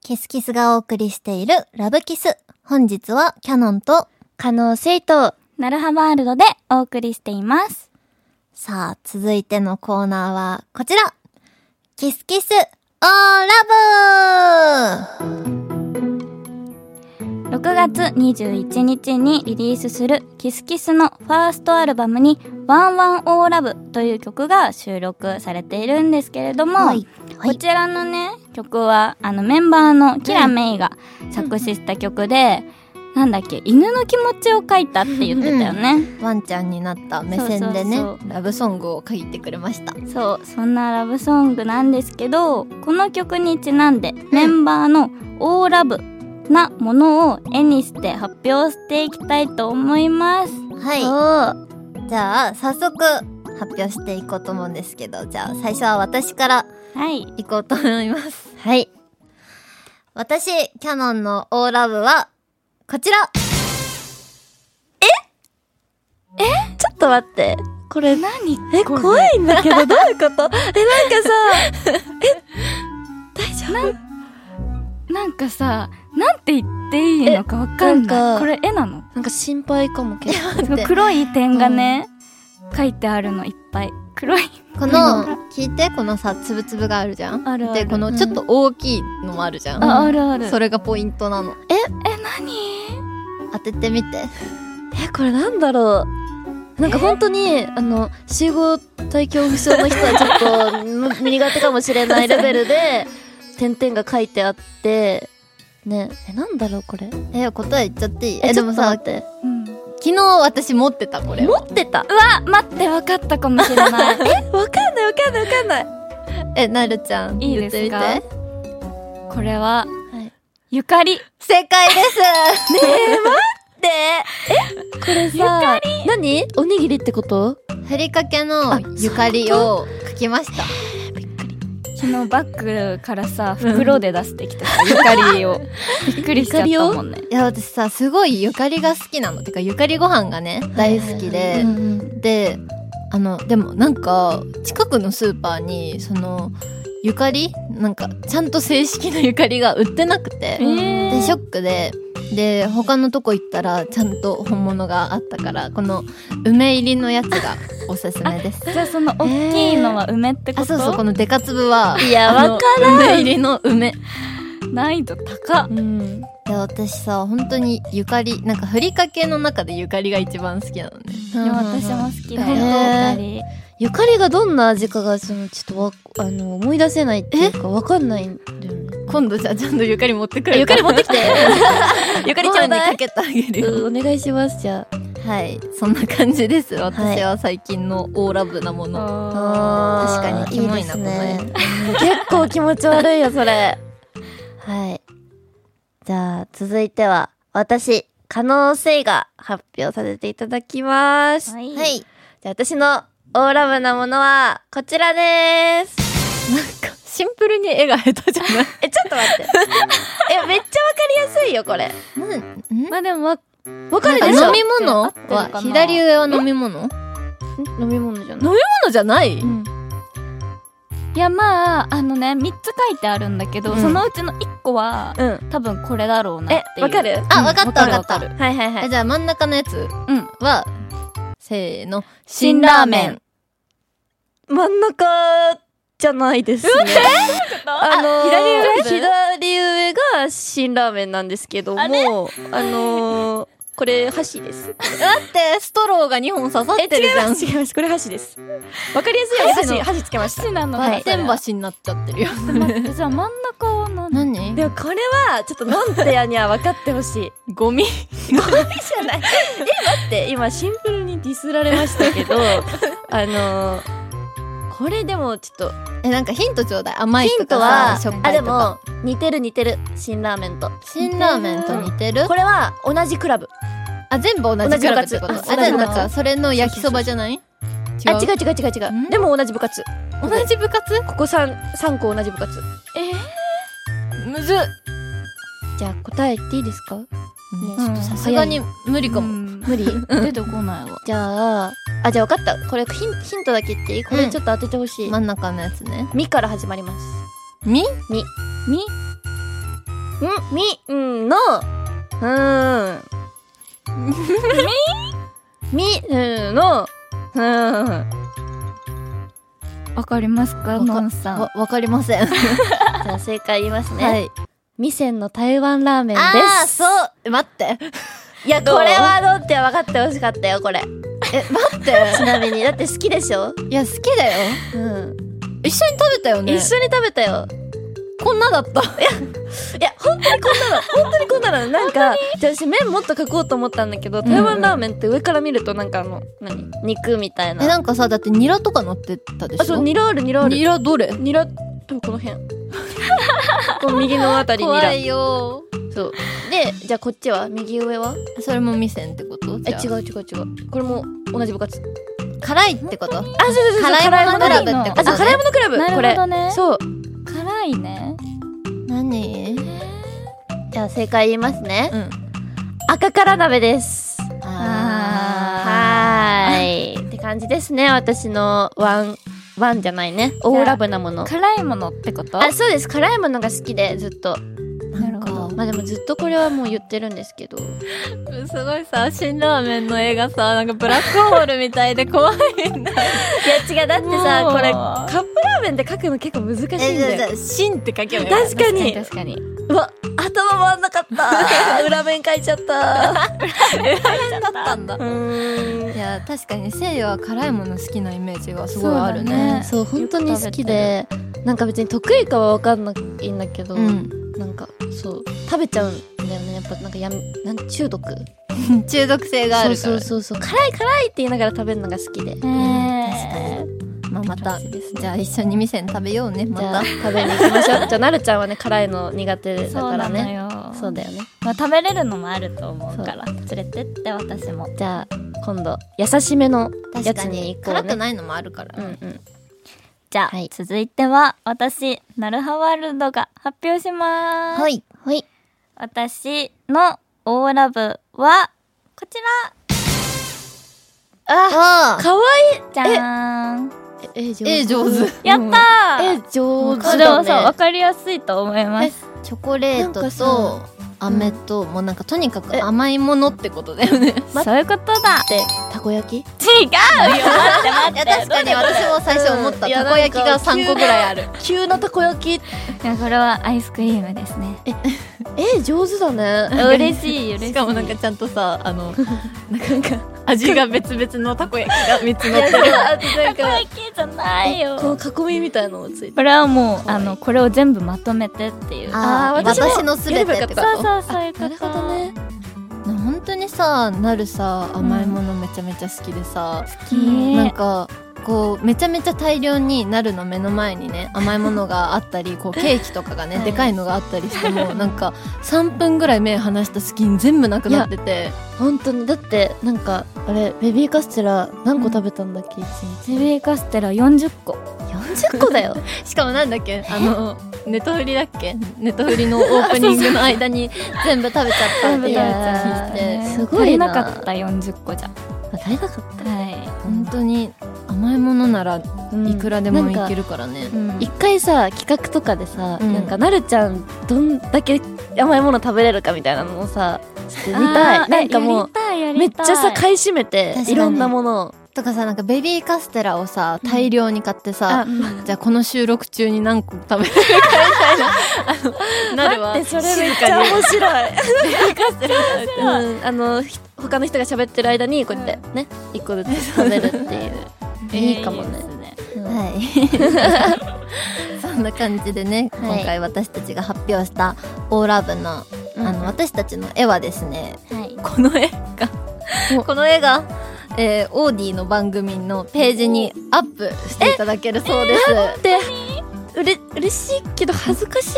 [SPEAKER 5] キスキスがお送りしているラブキス。本日はキャノンと、
[SPEAKER 3] 可能性と、
[SPEAKER 2] なるはワールドでお送りしています。
[SPEAKER 5] さあ、続いてのコーナーはこちらキスキス、オーラブ
[SPEAKER 2] 6月21日にリリースするキスキスのファーストアルバムに「ワンワンオーラブという曲が収録されているんですけれども、
[SPEAKER 5] はいはい
[SPEAKER 2] こちらのね曲はあのメンバーのキラメイが作詞した曲で、なんだっけ犬の気持ちを書いたって言ってたよね、
[SPEAKER 5] ワンちゃんになった目線でね、
[SPEAKER 2] そうそう
[SPEAKER 5] ラブソングを書いてくれました。
[SPEAKER 2] そうそんなラブソングなんですけどこの曲にちなんでメンバーの「オーラブなものを絵にして発表していきたいと思います
[SPEAKER 5] はい。じゃあ、早速発表していこうと思うんですけど、じゃあ最初は私から
[SPEAKER 2] はい
[SPEAKER 5] いこうと思 います。はい。私、キャノンのオーラブは、こちら
[SPEAKER 3] ちょっと待って。これ何え、怖いんだけど、どういうこと え、なんかさ、
[SPEAKER 2] なんかさ、なんて言っていいのかわかんなん
[SPEAKER 3] えな
[SPEAKER 2] い。
[SPEAKER 3] か
[SPEAKER 2] これ絵なの
[SPEAKER 3] なんか心配かもけど。
[SPEAKER 5] って
[SPEAKER 2] 黒い点がね、書いてあるのいっぱい。黒い。
[SPEAKER 1] この、聞いて、このさ、つぶつぶがあるじゃん
[SPEAKER 2] あるある
[SPEAKER 1] で、このちょっと大きいのもあるじゃん。
[SPEAKER 2] あ、あるある。
[SPEAKER 1] それがポイントなの。
[SPEAKER 2] え、何
[SPEAKER 1] 当ててみて。
[SPEAKER 3] え、これなんだろう。なんか本当に、あの、集合体恐怖症の人はちょっとむ苦手かもしれないレベ ルで、点々が書いてあって、ね、え、なんだろうこれ。
[SPEAKER 1] え、答え言っちゃっていいえ、
[SPEAKER 3] え、ち
[SPEAKER 1] で
[SPEAKER 3] ょ
[SPEAKER 1] も
[SPEAKER 3] っと待
[SPEAKER 1] さ
[SPEAKER 3] っ、て。
[SPEAKER 2] うん。
[SPEAKER 1] 昨日私持ってた、これを。
[SPEAKER 3] 持ってた
[SPEAKER 2] あ、待って、わかったかもしれない。
[SPEAKER 3] わかんないわかんないわかんない。
[SPEAKER 1] え、なるちゃん。
[SPEAKER 2] いいで
[SPEAKER 1] 言って
[SPEAKER 2] す
[SPEAKER 1] み
[SPEAKER 2] か
[SPEAKER 1] て。
[SPEAKER 2] これは、
[SPEAKER 3] はい
[SPEAKER 2] ゆかり。
[SPEAKER 1] 正解です
[SPEAKER 3] これさ、何おにぎりってこと
[SPEAKER 1] ふりかけのゆかりを書きました。
[SPEAKER 2] 昨日バッグからさ、袋で出してきたさゆかりを。びっくりしちゃったもんね。
[SPEAKER 1] いや、私さ、すごいゆかりが好きなの。てか、ゆかりご飯がね、大好きで。で、あの、でもなんか、近くのスーパーに、その、ゆかりなんか、ちゃんと正式なゆかりが売ってなくて。
[SPEAKER 2] え
[SPEAKER 1] で、ショックで、で、他のとこ行ったら、ちゃんと本物があったから、この、梅入りのやつがおすすめです。
[SPEAKER 2] じゃあその大きいのは梅ってこと、
[SPEAKER 1] あ、そうそう、このデカ粒は、
[SPEAKER 3] いや、
[SPEAKER 1] あ
[SPEAKER 3] わ
[SPEAKER 1] の
[SPEAKER 3] か
[SPEAKER 1] 梅入りの梅。
[SPEAKER 2] 難易度高っ。
[SPEAKER 3] うん。
[SPEAKER 1] いや私さ本当にゆかりなんかふりかけの中でゆかりが一番好きなのね
[SPEAKER 2] いや私も好きだよ、
[SPEAKER 1] え
[SPEAKER 2] ゆ
[SPEAKER 3] ー
[SPEAKER 2] かり。
[SPEAKER 3] ゆかりがどんな味かが、その、ちょっとわ、あの、思い出せないっていうか、わかんないんだよね。
[SPEAKER 1] 今度じゃあちゃんとゆかり持ってく
[SPEAKER 3] あ
[SPEAKER 1] る
[SPEAKER 3] ゆかり持ってきて
[SPEAKER 1] ゆかりちゃんにかけてあげるよ
[SPEAKER 3] うんお願いします、じゃあ。
[SPEAKER 1] はいそんな感じです私は最近のオーラブなもの、
[SPEAKER 2] あ
[SPEAKER 1] 確かにキモいな
[SPEAKER 3] です
[SPEAKER 1] こ
[SPEAKER 3] ね。結構気持ち悪いよ、それ。
[SPEAKER 5] はい。じゃあ、続いては、私、可能性が
[SPEAKER 3] 発表させていただきます。
[SPEAKER 2] ーはい。
[SPEAKER 1] はい
[SPEAKER 3] じゃあ私のオーラブなものはこちらです。
[SPEAKER 1] シンプルに絵が下手じゃない
[SPEAKER 3] え、ちょっと待って。え、めっちゃわかりやすいよ、これ。まあでもわ、わかるでし
[SPEAKER 1] 飲
[SPEAKER 3] ょ
[SPEAKER 1] み物
[SPEAKER 2] 合ってるか
[SPEAKER 1] は
[SPEAKER 2] な
[SPEAKER 1] 左上は飲み物飲み
[SPEAKER 3] 飲み物じゃない。
[SPEAKER 1] 物じゃない、
[SPEAKER 2] いやまああのね3つ書いてあるんだけど、
[SPEAKER 3] うん
[SPEAKER 2] そのうちの1個は
[SPEAKER 3] うん。
[SPEAKER 2] 多分これだろうなっ
[SPEAKER 3] え
[SPEAKER 2] てい、う
[SPEAKER 3] わかる
[SPEAKER 1] あわかったわか
[SPEAKER 2] わ
[SPEAKER 1] っ
[SPEAKER 2] か
[SPEAKER 1] た
[SPEAKER 2] る
[SPEAKER 3] はいはいは
[SPEAKER 1] え
[SPEAKER 3] い。
[SPEAKER 1] じゃあ真ん中のやつ
[SPEAKER 2] うん
[SPEAKER 1] は、せーの
[SPEAKER 2] 辛ラーメン
[SPEAKER 3] 真ん中じゃないです、ね。あのー、左上左上が辛ラーメンなんですけども、あのー、これ箸です。
[SPEAKER 1] だってストローが2本刺さってるじゃん
[SPEAKER 3] 違います。これ箸です。わかりやすいよね、箸、箸つけました。
[SPEAKER 2] なの
[SPEAKER 1] バッテン
[SPEAKER 2] バ
[SPEAKER 1] 橋になっちゃってるよ
[SPEAKER 2] じゃあ真ん中は何
[SPEAKER 1] 何
[SPEAKER 3] でもこれは、ちょっとノンペアには分かってほしい。
[SPEAKER 1] ゴミ
[SPEAKER 3] じゃない。え、待って、今シンプルにディスられまし たけど、あのー、これでもちょっ
[SPEAKER 1] えなんかヒントちょうだい甘い
[SPEAKER 3] ヒ
[SPEAKER 1] と
[SPEAKER 3] ント
[SPEAKER 1] か
[SPEAKER 3] は
[SPEAKER 1] さしょっぱ
[SPEAKER 3] と、あ、
[SPEAKER 1] い
[SPEAKER 3] で
[SPEAKER 1] とか
[SPEAKER 3] も、似てる似てる。辛ラーメンと。
[SPEAKER 1] 辛ラーメンと似てる
[SPEAKER 3] これは同じクラブ。
[SPEAKER 1] あ全部同じクラブってこと
[SPEAKER 3] 同じ部活
[SPEAKER 1] あじゃあ
[SPEAKER 3] 同じ部活
[SPEAKER 1] なんかそれの焼きそばじゃない違う
[SPEAKER 3] あ、違う違う違う違
[SPEAKER 1] ん
[SPEAKER 3] う。でも同じ部活。
[SPEAKER 1] 同じ部活
[SPEAKER 3] ここ三三個同じ部活。
[SPEAKER 1] むずっ
[SPEAKER 3] じゃあ答え言っていいです
[SPEAKER 1] ち
[SPEAKER 3] か
[SPEAKER 1] ょっとさすがに無理かも
[SPEAKER 2] 無理出てこないわ
[SPEAKER 3] じゃあ、あ、じゃあ分かった。これヒンヒントだけ言っていいこ
[SPEAKER 1] う
[SPEAKER 3] れ
[SPEAKER 1] ん
[SPEAKER 3] ちょっと当ててほしい。
[SPEAKER 1] 真ん中のやつね
[SPEAKER 3] みから始まります。
[SPEAKER 1] み
[SPEAKER 2] み
[SPEAKER 5] んみんのうーんみんのうーん
[SPEAKER 2] わかりますか
[SPEAKER 1] わか
[SPEAKER 2] のんさん
[SPEAKER 1] わわかりません。
[SPEAKER 5] じゃあ正解言いますね、
[SPEAKER 1] はい。
[SPEAKER 5] ミセンの台湾ラーメンで
[SPEAKER 1] ああ、
[SPEAKER 5] す
[SPEAKER 1] そう、待って。
[SPEAKER 5] いやこれはどうって分かってほしかったよこれえ待ってちなみにだって好きでしょ
[SPEAKER 1] いや、好きだよ。
[SPEAKER 5] うん
[SPEAKER 1] 一緒に食べたよね。
[SPEAKER 5] 一緒に食べたよ
[SPEAKER 1] こんなだった。
[SPEAKER 5] いや本当にこんなの本当にこんなのなんかじゃあ私麺もっと描こうと思ったんだけど台湾ラーメンって上から見るとなんかあの何肉みたい
[SPEAKER 1] え、
[SPEAKER 5] な
[SPEAKER 1] なんかさ、だってニラとか乗ってたでしょ
[SPEAKER 5] あそうニラあるニラある
[SPEAKER 1] ニラどれ
[SPEAKER 5] ニラとこの辺 この右のあたりニラ
[SPEAKER 1] 怖いよ
[SPEAKER 5] そうでじゃあこっちは右上は
[SPEAKER 1] それも味仙ってこと
[SPEAKER 5] え
[SPEAKER 1] じゃあ
[SPEAKER 5] 違う違う違うこれも同じ部活
[SPEAKER 1] 辛いってこと
[SPEAKER 5] あそうそうそうそう
[SPEAKER 1] 辛いものクラ
[SPEAKER 5] 辛いものクラブ
[SPEAKER 1] ブってこ
[SPEAKER 5] あ
[SPEAKER 1] と
[SPEAKER 5] そう辛いものクラブ
[SPEAKER 2] なる
[SPEAKER 5] こ
[SPEAKER 2] ほ
[SPEAKER 5] れ
[SPEAKER 2] どね
[SPEAKER 5] そう
[SPEAKER 2] 辛いね
[SPEAKER 1] 何
[SPEAKER 5] じゃあ正解言いますね
[SPEAKER 1] うん
[SPEAKER 5] 赤辛鍋です
[SPEAKER 1] あ
[SPEAKER 5] はーいって感じですね私のワンワンじゃないねオーラブなもの
[SPEAKER 2] 辛いものってこと
[SPEAKER 5] あそうです辛いものが好きでずっと
[SPEAKER 1] ーなんか
[SPEAKER 5] まあでもずっとこれはもう言ってるんですけど
[SPEAKER 6] すごいさ、辛ラーメンの映画さ、なんかブラックホールみたいで怖いんだ。
[SPEAKER 5] いや違うだってさ
[SPEAKER 6] もう
[SPEAKER 5] これカップラーメンって書くの結構難しいん
[SPEAKER 1] えじゃあ
[SPEAKER 5] だ
[SPEAKER 1] じゃ
[SPEAKER 5] よ
[SPEAKER 1] あ芯って書けばよ
[SPEAKER 5] 確かに
[SPEAKER 2] 確かに
[SPEAKER 5] うわ頭回んなかった裏面書いちゃった
[SPEAKER 1] いや確かにせいやは辛いもの好きなイメージがすごいある
[SPEAKER 2] そうだ
[SPEAKER 1] ね
[SPEAKER 2] ね
[SPEAKER 5] そう本当に好きでなんか別に得意かは分かんないんだけど、
[SPEAKER 1] うん
[SPEAKER 5] なんかそう食べちゃうんだよねやっぱなんかやみなん中毒
[SPEAKER 1] 中毒性があるか
[SPEAKER 5] そう
[SPEAKER 1] ら
[SPEAKER 5] そうそうそう辛い辛いって言いながら食べるのが好き
[SPEAKER 2] え
[SPEAKER 5] で、
[SPEAKER 1] まあまたじゃあ一緒に店に食べようねま
[SPEAKER 5] じゃあ
[SPEAKER 1] た
[SPEAKER 5] 食べに行きましょうじゃあなるちゃんはね辛いの苦手
[SPEAKER 2] ー、
[SPEAKER 5] だ
[SPEAKER 2] そ
[SPEAKER 5] か
[SPEAKER 2] う
[SPEAKER 5] ら
[SPEAKER 2] なの
[SPEAKER 5] ね
[SPEAKER 2] よ
[SPEAKER 5] そうだよね
[SPEAKER 2] まあ食べれるのもあると思うから連れてって私も
[SPEAKER 5] じゃあ今度優しめの
[SPEAKER 1] 確
[SPEAKER 5] やつ
[SPEAKER 1] か
[SPEAKER 5] に
[SPEAKER 1] に
[SPEAKER 5] 行こう
[SPEAKER 1] 辛
[SPEAKER 5] ね
[SPEAKER 1] くないのもあるから
[SPEAKER 5] うんうん
[SPEAKER 2] じゃあ、
[SPEAKER 5] はい
[SPEAKER 2] 続いては私なるはワールドが発表します、
[SPEAKER 1] はい
[SPEAKER 5] はい
[SPEAKER 2] 私のオーラブはこち
[SPEAKER 1] あ
[SPEAKER 5] かわいい
[SPEAKER 2] らじゃーん
[SPEAKER 5] え上
[SPEAKER 1] え上手
[SPEAKER 2] やったー、
[SPEAKER 5] え上
[SPEAKER 2] こ
[SPEAKER 5] 手
[SPEAKER 2] れはさ、
[SPEAKER 5] だ
[SPEAKER 2] わ
[SPEAKER 5] ね
[SPEAKER 2] かりやすいと思います
[SPEAKER 1] チョコレー
[SPEAKER 5] な
[SPEAKER 1] ト
[SPEAKER 5] んかさ
[SPEAKER 1] と飴ともうなんかとにかく甘いものってことだよね
[SPEAKER 2] そういうことだ
[SPEAKER 5] でたこ焼き
[SPEAKER 2] 違うよ待って待っ
[SPEAKER 1] い
[SPEAKER 2] て
[SPEAKER 1] や確かに私も最初思った
[SPEAKER 5] うんいや
[SPEAKER 1] たこ焼きが3個ぐらいある
[SPEAKER 5] 急なたこ焼き
[SPEAKER 2] いやこれはアイスクリームですね
[SPEAKER 5] え上手だね
[SPEAKER 2] 嬉しい嬉しい
[SPEAKER 1] しかもなんかちゃんとさあのなんか味が別々のたこ焼きが3つ乗ってる
[SPEAKER 5] あとなん
[SPEAKER 2] たこ
[SPEAKER 5] か
[SPEAKER 2] 焼きじゃないよ
[SPEAKER 5] この囲みみたいのもついて
[SPEAKER 2] これはもうあのこれを全部まとめてっていうそう
[SPEAKER 1] あー
[SPEAKER 5] 私も
[SPEAKER 1] 私のすべてってこと
[SPEAKER 2] そうそういうこと
[SPEAKER 5] なるほどね
[SPEAKER 1] 本当にさなるさ甘いものめちゃめちゃ好きでさ、
[SPEAKER 2] き
[SPEAKER 1] なんかこうめちゃめちゃ大量になるの目の前にね甘いものがあったり こうケーキとかがね、でかいのがあったりしてもなんか3分ぐらい目離した隙に全部なくなってて
[SPEAKER 5] 本当にだってなんかあれベビーカステラ何個食べたんだっけ一日
[SPEAKER 2] ゼビーカステラ40個
[SPEAKER 5] 40個だよ
[SPEAKER 1] しかもなんだっけあのネトフリだっけネトフリのオープニングの間に全部食べちゃったっていうやつ聞いて
[SPEAKER 5] すご
[SPEAKER 2] 足り
[SPEAKER 5] いな
[SPEAKER 2] なかった40個じゃ
[SPEAKER 5] 足りなかっ
[SPEAKER 2] は
[SPEAKER 1] 本当に甘いものなら
[SPEAKER 5] た、うん
[SPEAKER 1] いくらでもい
[SPEAKER 5] なん
[SPEAKER 1] け
[SPEAKER 5] か
[SPEAKER 1] るからね
[SPEAKER 2] い、うん
[SPEAKER 5] 一回さ企画とかでさ、
[SPEAKER 1] うん
[SPEAKER 5] なんかなるちゃんどんだけ甘いもの食べれるかみたいなのをさちょっと見た
[SPEAKER 2] あ
[SPEAKER 5] い
[SPEAKER 2] ー
[SPEAKER 5] なんかも
[SPEAKER 2] やりたいや
[SPEAKER 5] うめっ
[SPEAKER 2] り
[SPEAKER 5] ち
[SPEAKER 2] たい
[SPEAKER 5] ゃさ買い占めて
[SPEAKER 1] 確かに
[SPEAKER 5] いろんなものを
[SPEAKER 1] とかさなんかベビーカステラをさ大量に買ってさ、じゃあこの収録中に何個食べるかみたいなあのなるわ
[SPEAKER 5] 待ってそれめっちゃ面白い うん、あのひ他の人が喋ってる間にこうやってね一個ずつ食べるって いういいかもね、
[SPEAKER 1] はい、 そんな感じでね、
[SPEAKER 5] はい
[SPEAKER 1] 今回私たちが発表した「オーラブの」
[SPEAKER 5] うん
[SPEAKER 1] あの私たちの絵はですね
[SPEAKER 2] はい
[SPEAKER 1] この絵が この絵が、えーオーディの番組のページにアップしていただけるそうです、
[SPEAKER 5] でうれ嬉しいけど恥ずかし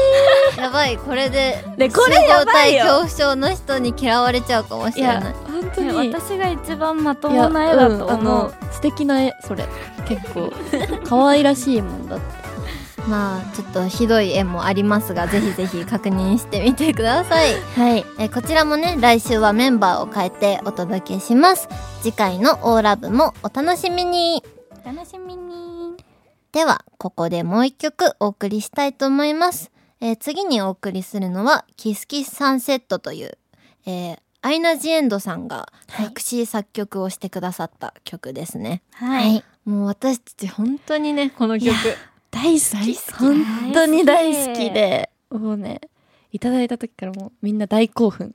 [SPEAKER 5] い
[SPEAKER 1] やばいこれで
[SPEAKER 5] ね
[SPEAKER 1] 集
[SPEAKER 5] これや
[SPEAKER 1] 合
[SPEAKER 5] ばい
[SPEAKER 1] 体
[SPEAKER 5] よ
[SPEAKER 1] 恐怖症の人に嫌われちゃうかもし
[SPEAKER 5] い
[SPEAKER 1] れ
[SPEAKER 5] や
[SPEAKER 1] ない
[SPEAKER 5] 本当
[SPEAKER 2] い
[SPEAKER 5] に
[SPEAKER 2] や私が一番まと
[SPEAKER 5] いや
[SPEAKER 2] もな絵だと
[SPEAKER 5] んあ
[SPEAKER 2] 思
[SPEAKER 5] の
[SPEAKER 2] う
[SPEAKER 5] 素敵な絵それ結 構可愛らしいもんだって
[SPEAKER 1] まあちょっとひどい絵もありますがぜひぜひ確認してみてください
[SPEAKER 5] はい
[SPEAKER 1] えーこちらもね来週はメンバーを変えてお届けします次回の「オーラブ」もお楽しみに
[SPEAKER 2] 楽しみに
[SPEAKER 1] ではここでもう一曲お送りしたいと思います、ええー次にお送りするのは「キスキスサンセット」という、えーアイナ・ジ・エンドさんが作詞作曲をしてくださった曲ですね。
[SPEAKER 2] はい。
[SPEAKER 1] もう私たち本当にねこの曲
[SPEAKER 5] 大好き本当に大好きでもうねいただいた時からもうみんな大興奮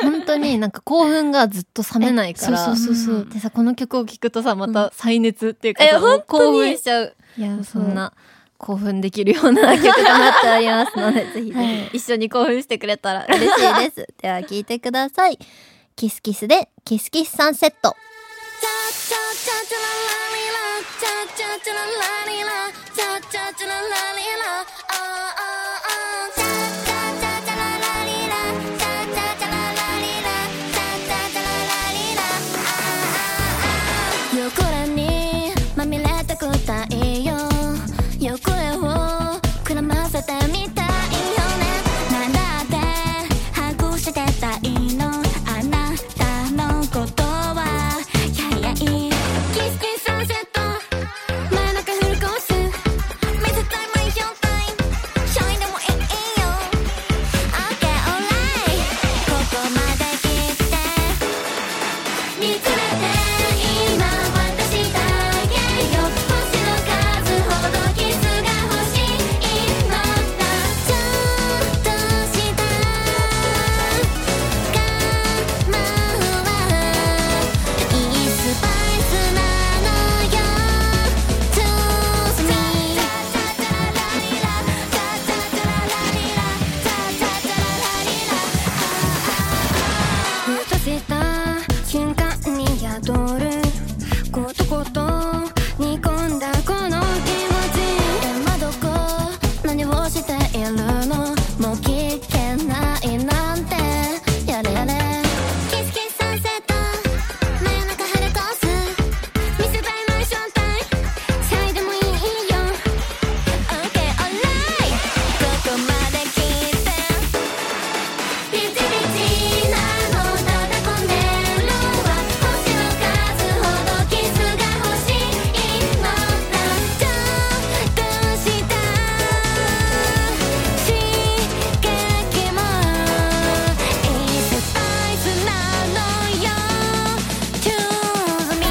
[SPEAKER 1] 本当になんか興奮がずっと冷めないから
[SPEAKER 5] そうそうそうそう
[SPEAKER 1] でさこの曲を聴くとさまた再熱っていうか、
[SPEAKER 5] え
[SPEAKER 1] さ
[SPEAKER 5] 本当に
[SPEAKER 1] 興奮しちゃう
[SPEAKER 5] いや
[SPEAKER 1] そんな興奮できるような曲となっておりますのでぜひぜひ一緒に興奮してくれたら嬉しい ですでは聴いてくださいキスキスでキスキスサンセット
[SPEAKER 4] 汚れにまみれたくないよ汚れをくらませてみたいよねなんだって把握してたいのあなたのことはキャイヤイキスキスサンセット真ん中フルコース見せたいもいよタイムシャイでもいいよ OK alright ここまで来て「見つめて今私だけよ」「星の数ほどキスが欲しい」「今だちょっとした我慢はいいスパイスなのよ」「トゥースミー」ふとした瞬間に宿ることこと煮込んだこの気持ち今どこ何をしているのもう聞けないなんてやれやれキスキスサンセット真夜中春コース見せたいマンションタイムシャイでもいいよ OK alright ここまで来て「ピチピチなのただこねるは星の数ほどキスが欲しい」「今だちょっとした刺激もいいスパイスなのよ」「チューズミ」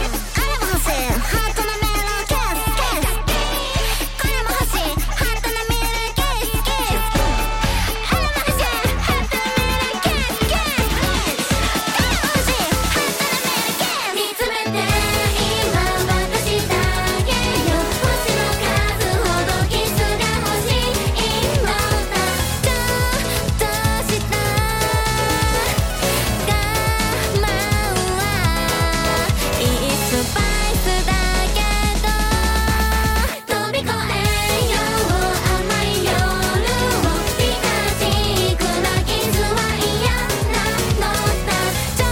[SPEAKER 4] 「あれも欲しいハートのメロキスキス」「これも欲しいハートのメロキスキス」見つめて今私だけよ星の数ほどキスが欲しい今だちょっとした我慢はいいスパイスだけど「飛び越えよう甘い夜を」「ピカチクな傷は嫌なのだ」「ちょっ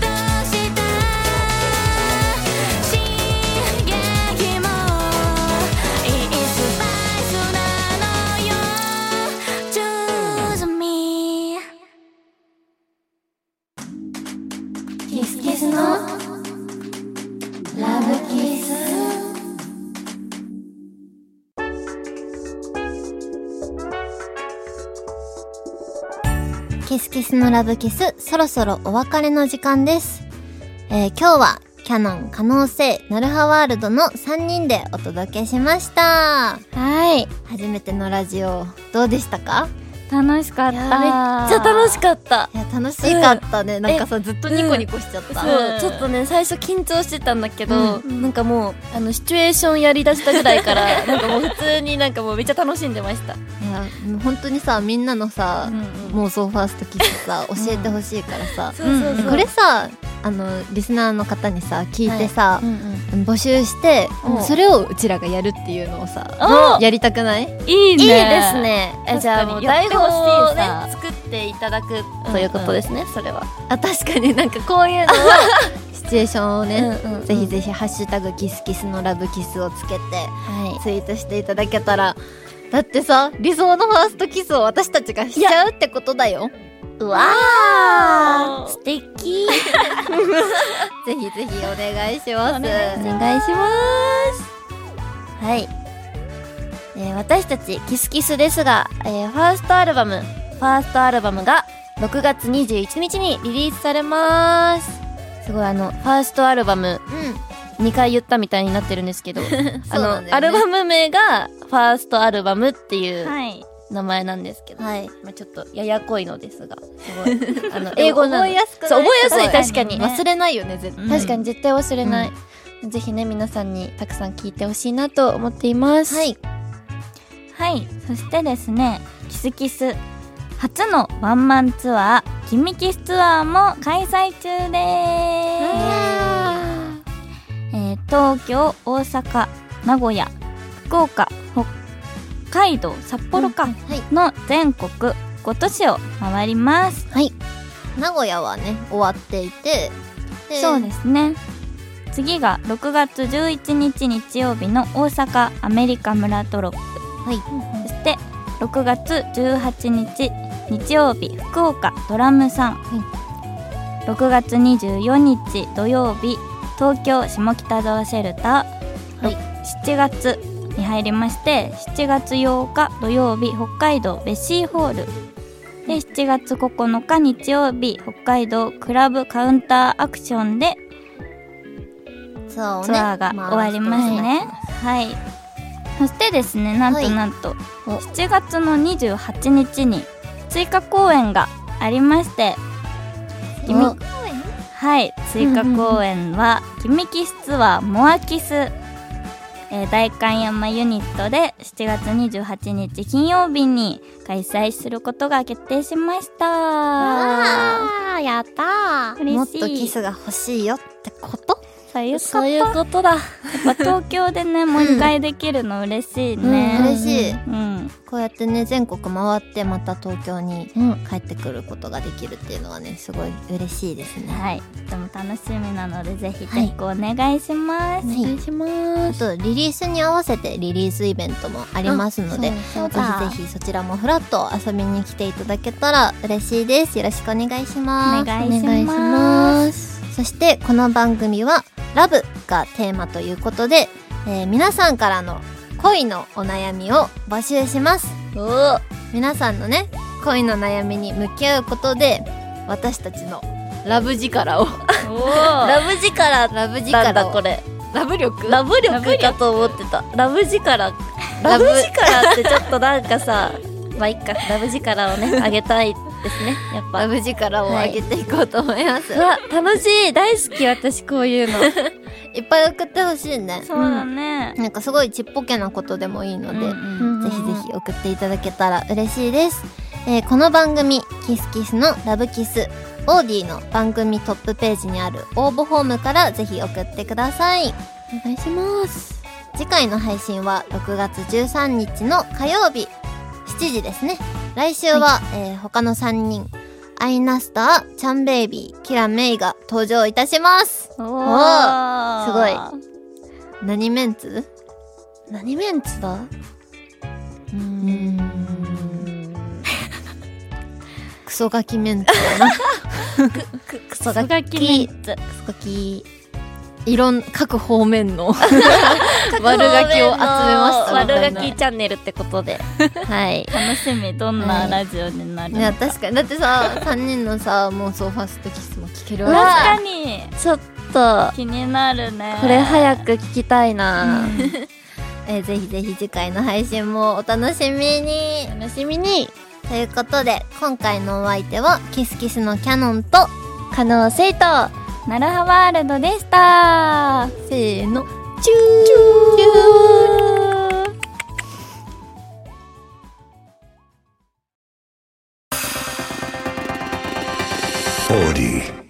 [SPEAKER 4] とした刺激もいいスパイスなのよ」「Choose me」「キスキスのラブキス」
[SPEAKER 1] キスキスのラブキス、そろそろお別れの時間です。えー今日は、キャノン、可能性、ナルハワールドの3人でお届けしました。
[SPEAKER 2] はい。
[SPEAKER 1] 初めてのラジオ、どうでしたか
[SPEAKER 2] 楽しかった。めっち
[SPEAKER 5] めっちゃ楽しかった
[SPEAKER 1] いや、楽しかったね。なんかさ、ずっとニコニコしちゃった。
[SPEAKER 5] そうちょっとね最初緊張してたんだけど、なんかもうあのシチュエーションやりだしたぐらいからなんかもう普通になんかもうめっちゃ楽しんでました
[SPEAKER 1] いや、もう本当にさ、みんなのさ、
[SPEAKER 5] も
[SPEAKER 1] 妄想ファーストキスさ、教えてほしいからさ。
[SPEAKER 5] そうそうそう
[SPEAKER 1] これさ、あの、リスナーの方にさ、聞いてさ、
[SPEAKER 5] うんうん
[SPEAKER 1] 募集して、
[SPEAKER 5] うん
[SPEAKER 1] それをうちらがやるっていうのをさ、
[SPEAKER 2] ゃ
[SPEAKER 1] やりたくな
[SPEAKER 2] い
[SPEAKER 1] い
[SPEAKER 2] いね。
[SPEAKER 5] いいです。ねえじゃあもう
[SPEAKER 2] や
[SPEAKER 5] 台
[SPEAKER 2] って
[SPEAKER 5] 本
[SPEAKER 2] ほしい
[SPEAKER 5] をね
[SPEAKER 2] さ
[SPEAKER 5] 作っていただくということですね、それは
[SPEAKER 1] あ確かになんかこういうのはシチュエーションをね、
[SPEAKER 5] うんうんうん
[SPEAKER 1] ぜひぜひ「ハッシュタグキスキスのラブキス」をつけてツイートしていただけたらだってさ理想のファーストキスを私たちがしちゃうってことだようわー素敵 ぜひぜひお願いしますお願いしますはい
[SPEAKER 5] えー私たちキスキスですが、えーファーストアルバムファーストアルバムが6月21日にリリースされますすごいあのファーストアルバム、2回言ったみたいになってるんですけど、あの、アルバム名がファーストアルバムっていう
[SPEAKER 2] はい。
[SPEAKER 5] 名前なんですけど、
[SPEAKER 1] はい。
[SPEAKER 5] まあ、ちょっとややこいのです がすごいあの英語なの覚えやす
[SPEAKER 2] くない
[SPEAKER 5] そう覚えやすい確
[SPEAKER 2] 確
[SPEAKER 5] か
[SPEAKER 2] か
[SPEAKER 5] に、
[SPEAKER 2] に
[SPEAKER 5] 忘
[SPEAKER 2] ね
[SPEAKER 5] れ
[SPEAKER 7] れないよね絶
[SPEAKER 2] うん
[SPEAKER 5] 確かに絶対忘れない、ぜひね皆さんにたくさん聞いてほしいなと思っています
[SPEAKER 1] はい。
[SPEAKER 2] はい、そしてですね、キスキス初のワンマンツアー、キミキスツアーも開催中でーす。えー東京、大阪、名古屋、福岡、北海道、札幌か、の全国5都市を回ります。
[SPEAKER 1] 名古屋はね、終わっていて、で
[SPEAKER 2] そうですね。次が6月11日日曜日の大阪アメリカ村ドロップ
[SPEAKER 1] はい。
[SPEAKER 2] そして6月18日日曜日福岡ドラムさん、6月24日土曜日東京下北沢シェルター、
[SPEAKER 1] はい
[SPEAKER 2] ろ7月に入りまして7月8日土曜日北海道ベッシーホールで7月9日日曜日北海道クラブカウンターアクションで
[SPEAKER 1] ツアーをね。
[SPEAKER 2] ツアーが終わります
[SPEAKER 1] 回
[SPEAKER 2] ね。はい。そしてですね、なん
[SPEAKER 1] は
[SPEAKER 2] と
[SPEAKER 1] い
[SPEAKER 2] なんと、7月の28日に追加公演がありまして、
[SPEAKER 1] して
[SPEAKER 2] キ
[SPEAKER 1] ま
[SPEAKER 2] ミ
[SPEAKER 1] す。
[SPEAKER 2] はい、追加公演は、キミキスツアーモアキス、えー、大観山ユニットで7月28日金曜日に開催することが決定しました。
[SPEAKER 1] あー、やったー
[SPEAKER 2] 嬉しい
[SPEAKER 1] もっとキスが欲しいよってこと
[SPEAKER 2] そういうこと。
[SPEAKER 5] そうい
[SPEAKER 2] や
[SPEAKER 5] う
[SPEAKER 2] っ
[SPEAKER 5] ことだ
[SPEAKER 2] ぱ東京でね、もう一回できるの嬉しいね。
[SPEAKER 1] 嬉しい。
[SPEAKER 2] うん、
[SPEAKER 1] こうやってね、全国回ってまた東京に帰ってくることができるっていうのはね、すごい嬉しいですね。
[SPEAKER 2] はい、とても楽しみなのでぜひチェックお願いします。
[SPEAKER 1] はい。
[SPEAKER 5] しま
[SPEAKER 1] あとリリースに合わせてリリースイベントもありますので、ぜ
[SPEAKER 2] そうだ
[SPEAKER 1] ひぜひそちらもフラッと遊びに来ていただけたら嬉しいです。よろしくお願いします。
[SPEAKER 2] お願いします
[SPEAKER 1] すそしてこの番組はラブがテーマということで、えー皆さんからの恋のお悩みを募集します。皆さんのね、恋の悩みに向き合うことで、私たちの
[SPEAKER 3] ラブ力を。
[SPEAKER 2] おー
[SPEAKER 5] ラブ力
[SPEAKER 1] ラブ
[SPEAKER 5] なんだ
[SPEAKER 1] 力
[SPEAKER 5] こ
[SPEAKER 1] を
[SPEAKER 5] れ
[SPEAKER 3] ラブ力
[SPEAKER 5] ラブ力かと思ってたラブ力ラブ力ってちょっとなんかさまあいっかラブ力をねあげたいですねやっぱ
[SPEAKER 1] ラブ力を上げていこうと思います。
[SPEAKER 5] うわ楽しい大好き私こういうの
[SPEAKER 1] いっぱい送ってほしいね。
[SPEAKER 2] そうだね。
[SPEAKER 1] なんかすごいちっぽけなことでもいいので、
[SPEAKER 2] うん
[SPEAKER 5] う
[SPEAKER 1] ぜ
[SPEAKER 5] ん
[SPEAKER 1] ひぜひ送っていただけたら嬉しいです。えーこの番組、キスキスのラブキス、オーディの番組トップページにある応募フォームからぜひ送ってください。
[SPEAKER 5] お願いします
[SPEAKER 1] 次回の配信は6月13日の火曜日7時ですね来週は、えー他の3人アイナスターチャンベイビーキラメイが登場いたします
[SPEAKER 2] お
[SPEAKER 1] ー
[SPEAKER 2] ー
[SPEAKER 1] すごい何メンツ何メンツだうんクソガキメンツだなククソガ
[SPEAKER 2] クソ
[SPEAKER 1] キ
[SPEAKER 2] ガキメン
[SPEAKER 1] ツクソガキ
[SPEAKER 7] いろん各方面の
[SPEAKER 5] 悪
[SPEAKER 7] ガキを集めました
[SPEAKER 5] 悪ガキチャンネルってことではい
[SPEAKER 2] 楽しみどんなラジオになる
[SPEAKER 1] い
[SPEAKER 2] のか。
[SPEAKER 1] や確かにだってさ3人のさ妄想ファーストキスも聞ける
[SPEAKER 2] 確
[SPEAKER 1] わ
[SPEAKER 2] かに
[SPEAKER 5] ちょっと
[SPEAKER 2] 気になるね。
[SPEAKER 5] これ早く聞きたいな、
[SPEAKER 1] えーぜひぜひ次回の配信もお楽しみに
[SPEAKER 5] 楽しみに
[SPEAKER 1] ということで今回のお相手はキスキスのキャノンと
[SPEAKER 5] 可能性と
[SPEAKER 2] なるはワールドでした。
[SPEAKER 1] せーの
[SPEAKER 5] チューチュー
[SPEAKER 8] 4D。